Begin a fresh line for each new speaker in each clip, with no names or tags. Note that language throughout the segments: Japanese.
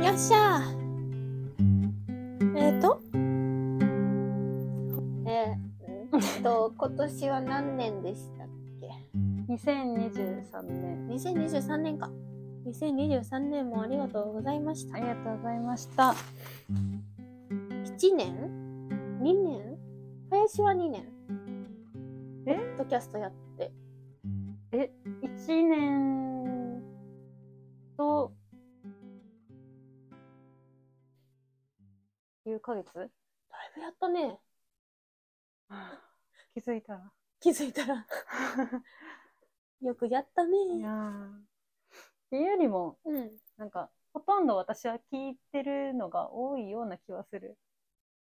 らっしゃい。えっ、と。えー、うんと、今年は何年でしたっけ
2023年
?2023 年か。2023年もありがとうございました
あ。りがとうございました
1年 ?2 年林は2年。
え
ポッドキャストやって。
え1年と9ヶ月
だいぶやったね。
気づいたら
気づいたら。よくやったね。
いやーっていうよりも
うん。
なんかほとんど私は聞いてるのが多いような気はする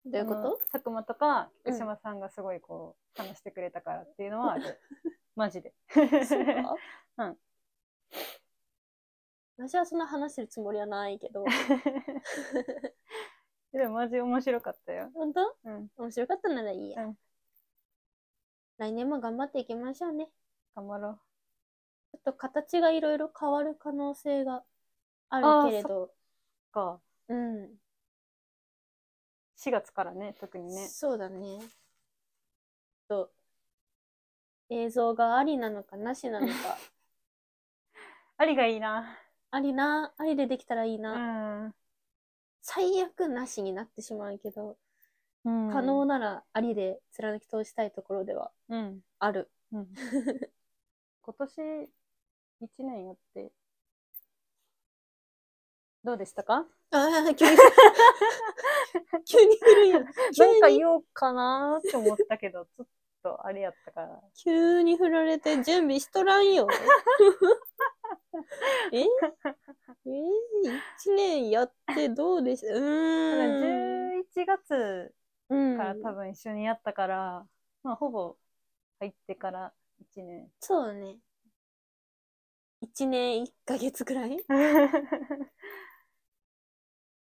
どういうこ
あの
と
佐久間とか
うん
福島さんがすごいこう、話してくれたからっていうのはあるマジで
そうか
うん
私はそんな話してるつもりはないけど。
でもマジ面白かったよ、
本当
うん、
面白かったならいいや、
うん
来年も頑張っていきましょうね。
頑張ろう
ちょっと形がいろいろ変わる可能性があるけれど。
か
うん、
4月からね特にね
そうだね。ちょっと、映像がありなのかなしなのか。
ありがいいな
ありな、ありでできたらいいうな。
ん、
最悪なしになってしまうけど、
うん、
可能ならありで貫き通したいところでは
うん、
ある。
うん、今年1年やってどうでしたか
ああ、急に、 急に古いやん。急
なんか
に、
言おうかなーって思った けど、ちょっとあれやったから。
急に振られて準備しとらん よ。ええ一年やってどうでしたう
ただ
ーん。
11月
うん
から多分一緒にやったから、まあほぼ入ってから1年。
そうね。一年一ヶ月くらい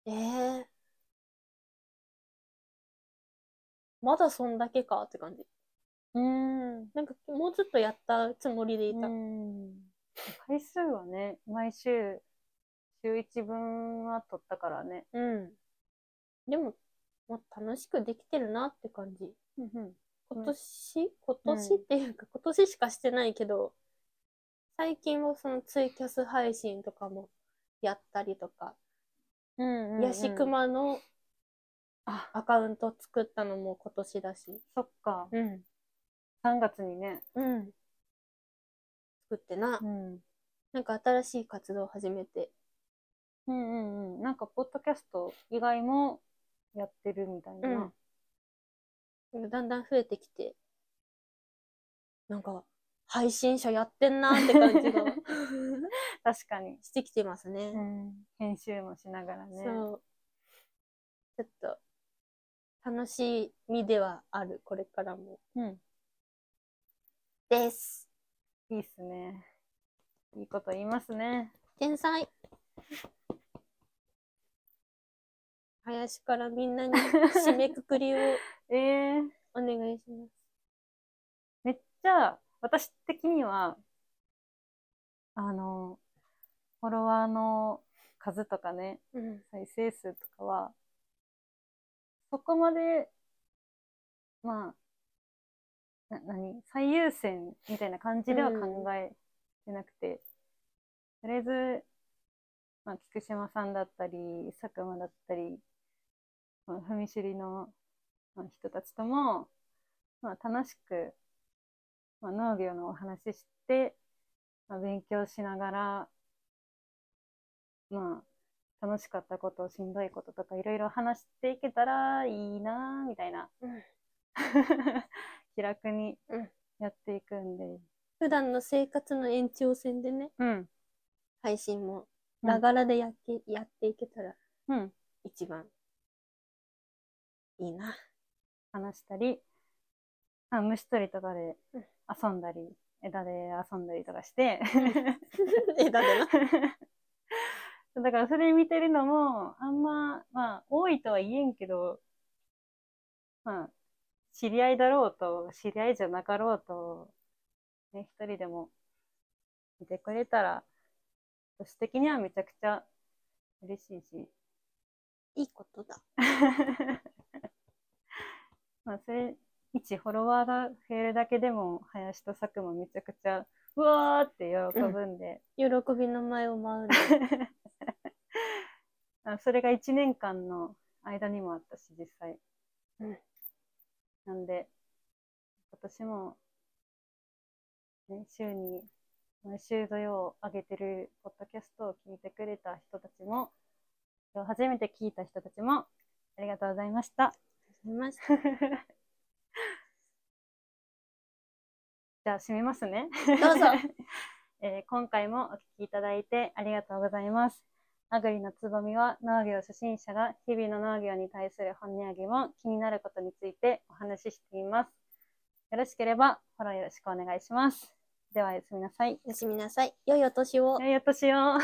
ええまだそんだけかって感じ。
うん。
なんかもうちょっとやったつもりでいた。
回数はね、毎週、週1分は取ったからね。
うん。でも、もう楽しくできてるなって感じ。
うんうん。
今年、今年っていうか、今年しかしてないけど、最近はそのツイキャス配信とかもやったりとか、
うん
ヤシク。マの
あ、
アカウント作ったのも今年だし。
そっか。
うん。
3月にね。
うん。作ってな。
ん。
なんか新しい活動を始めて。
うんうんうん。なんか、ポッドキャスト以外もやってるみたいな。
うんだんだん増えてきて、なんか、配信者やってんなって感 じが
確かに。
してきてますね。
編集もしながらね。
そう。ちょっと、楽しみではある、これからも。
うん。
です。
いいっすね。いいこと言いますね。
天才。林からみんなに締めくくりを
えー、
お願いします。
めっちゃ、私的には、あの、フォロワーの数とかね、
うん。
再生数とかは、そこまで、まあ、な、何最優先みたいな感じでは考えてなくて、とりあえず、まあ、菊島さんだったり、佐久間だったり、まあ、踏み知りのまあ人たちとも、まあ、楽しく、まあ、農業のお話しして、まあ、勉強しながら、まあ、楽しかったこと、しんどいこととか、いろいろ話していけたらいいな、みたいな。
うん
気楽に
うん
やっていくんで。
普段の生活の延長線でね、
うん。
配信も、
うん
ながらでやって、やっていけたら
うん。
一番いい な。
話したり、あ虫取りとかで
うん
遊んだり、枝で遊んだりとかして、
枝でな。
だからそれ見てるのも、あんま、まあ、多いとは言えんけど、まあ、知り合いだろうと、知り合いじゃなかろうと、ね、一人でも見てくれたら、私的にはめちゃくちゃ嬉しいし、
いいことだ。
まあ、それ、一フォロワーが増えるだけでも、林と佐久間めちゃくちゃ、うわーって喜ぶんで、
喜びの舞を舞う ね。
あそれが1年間の間にもあったし、実際。
うん
なんで、今年も、ね、週に、毎週土曜上げてるポッドキャストを聞いてくれた人たちも、今日初めて聞いた人たちも、ありがとうございました。
見ました。
じゃあ、締めますね。
どうぞ。
えー今回もお聞きいただいてありがとうございます。アグリのつぼみは農業初心者が日々の農業に対する本音上げも気になることについてお話ししています。よろしければフォローよろしくお願いします。では、おやすみなさい。
おやすみなさい。良いお年を。
良いお年を。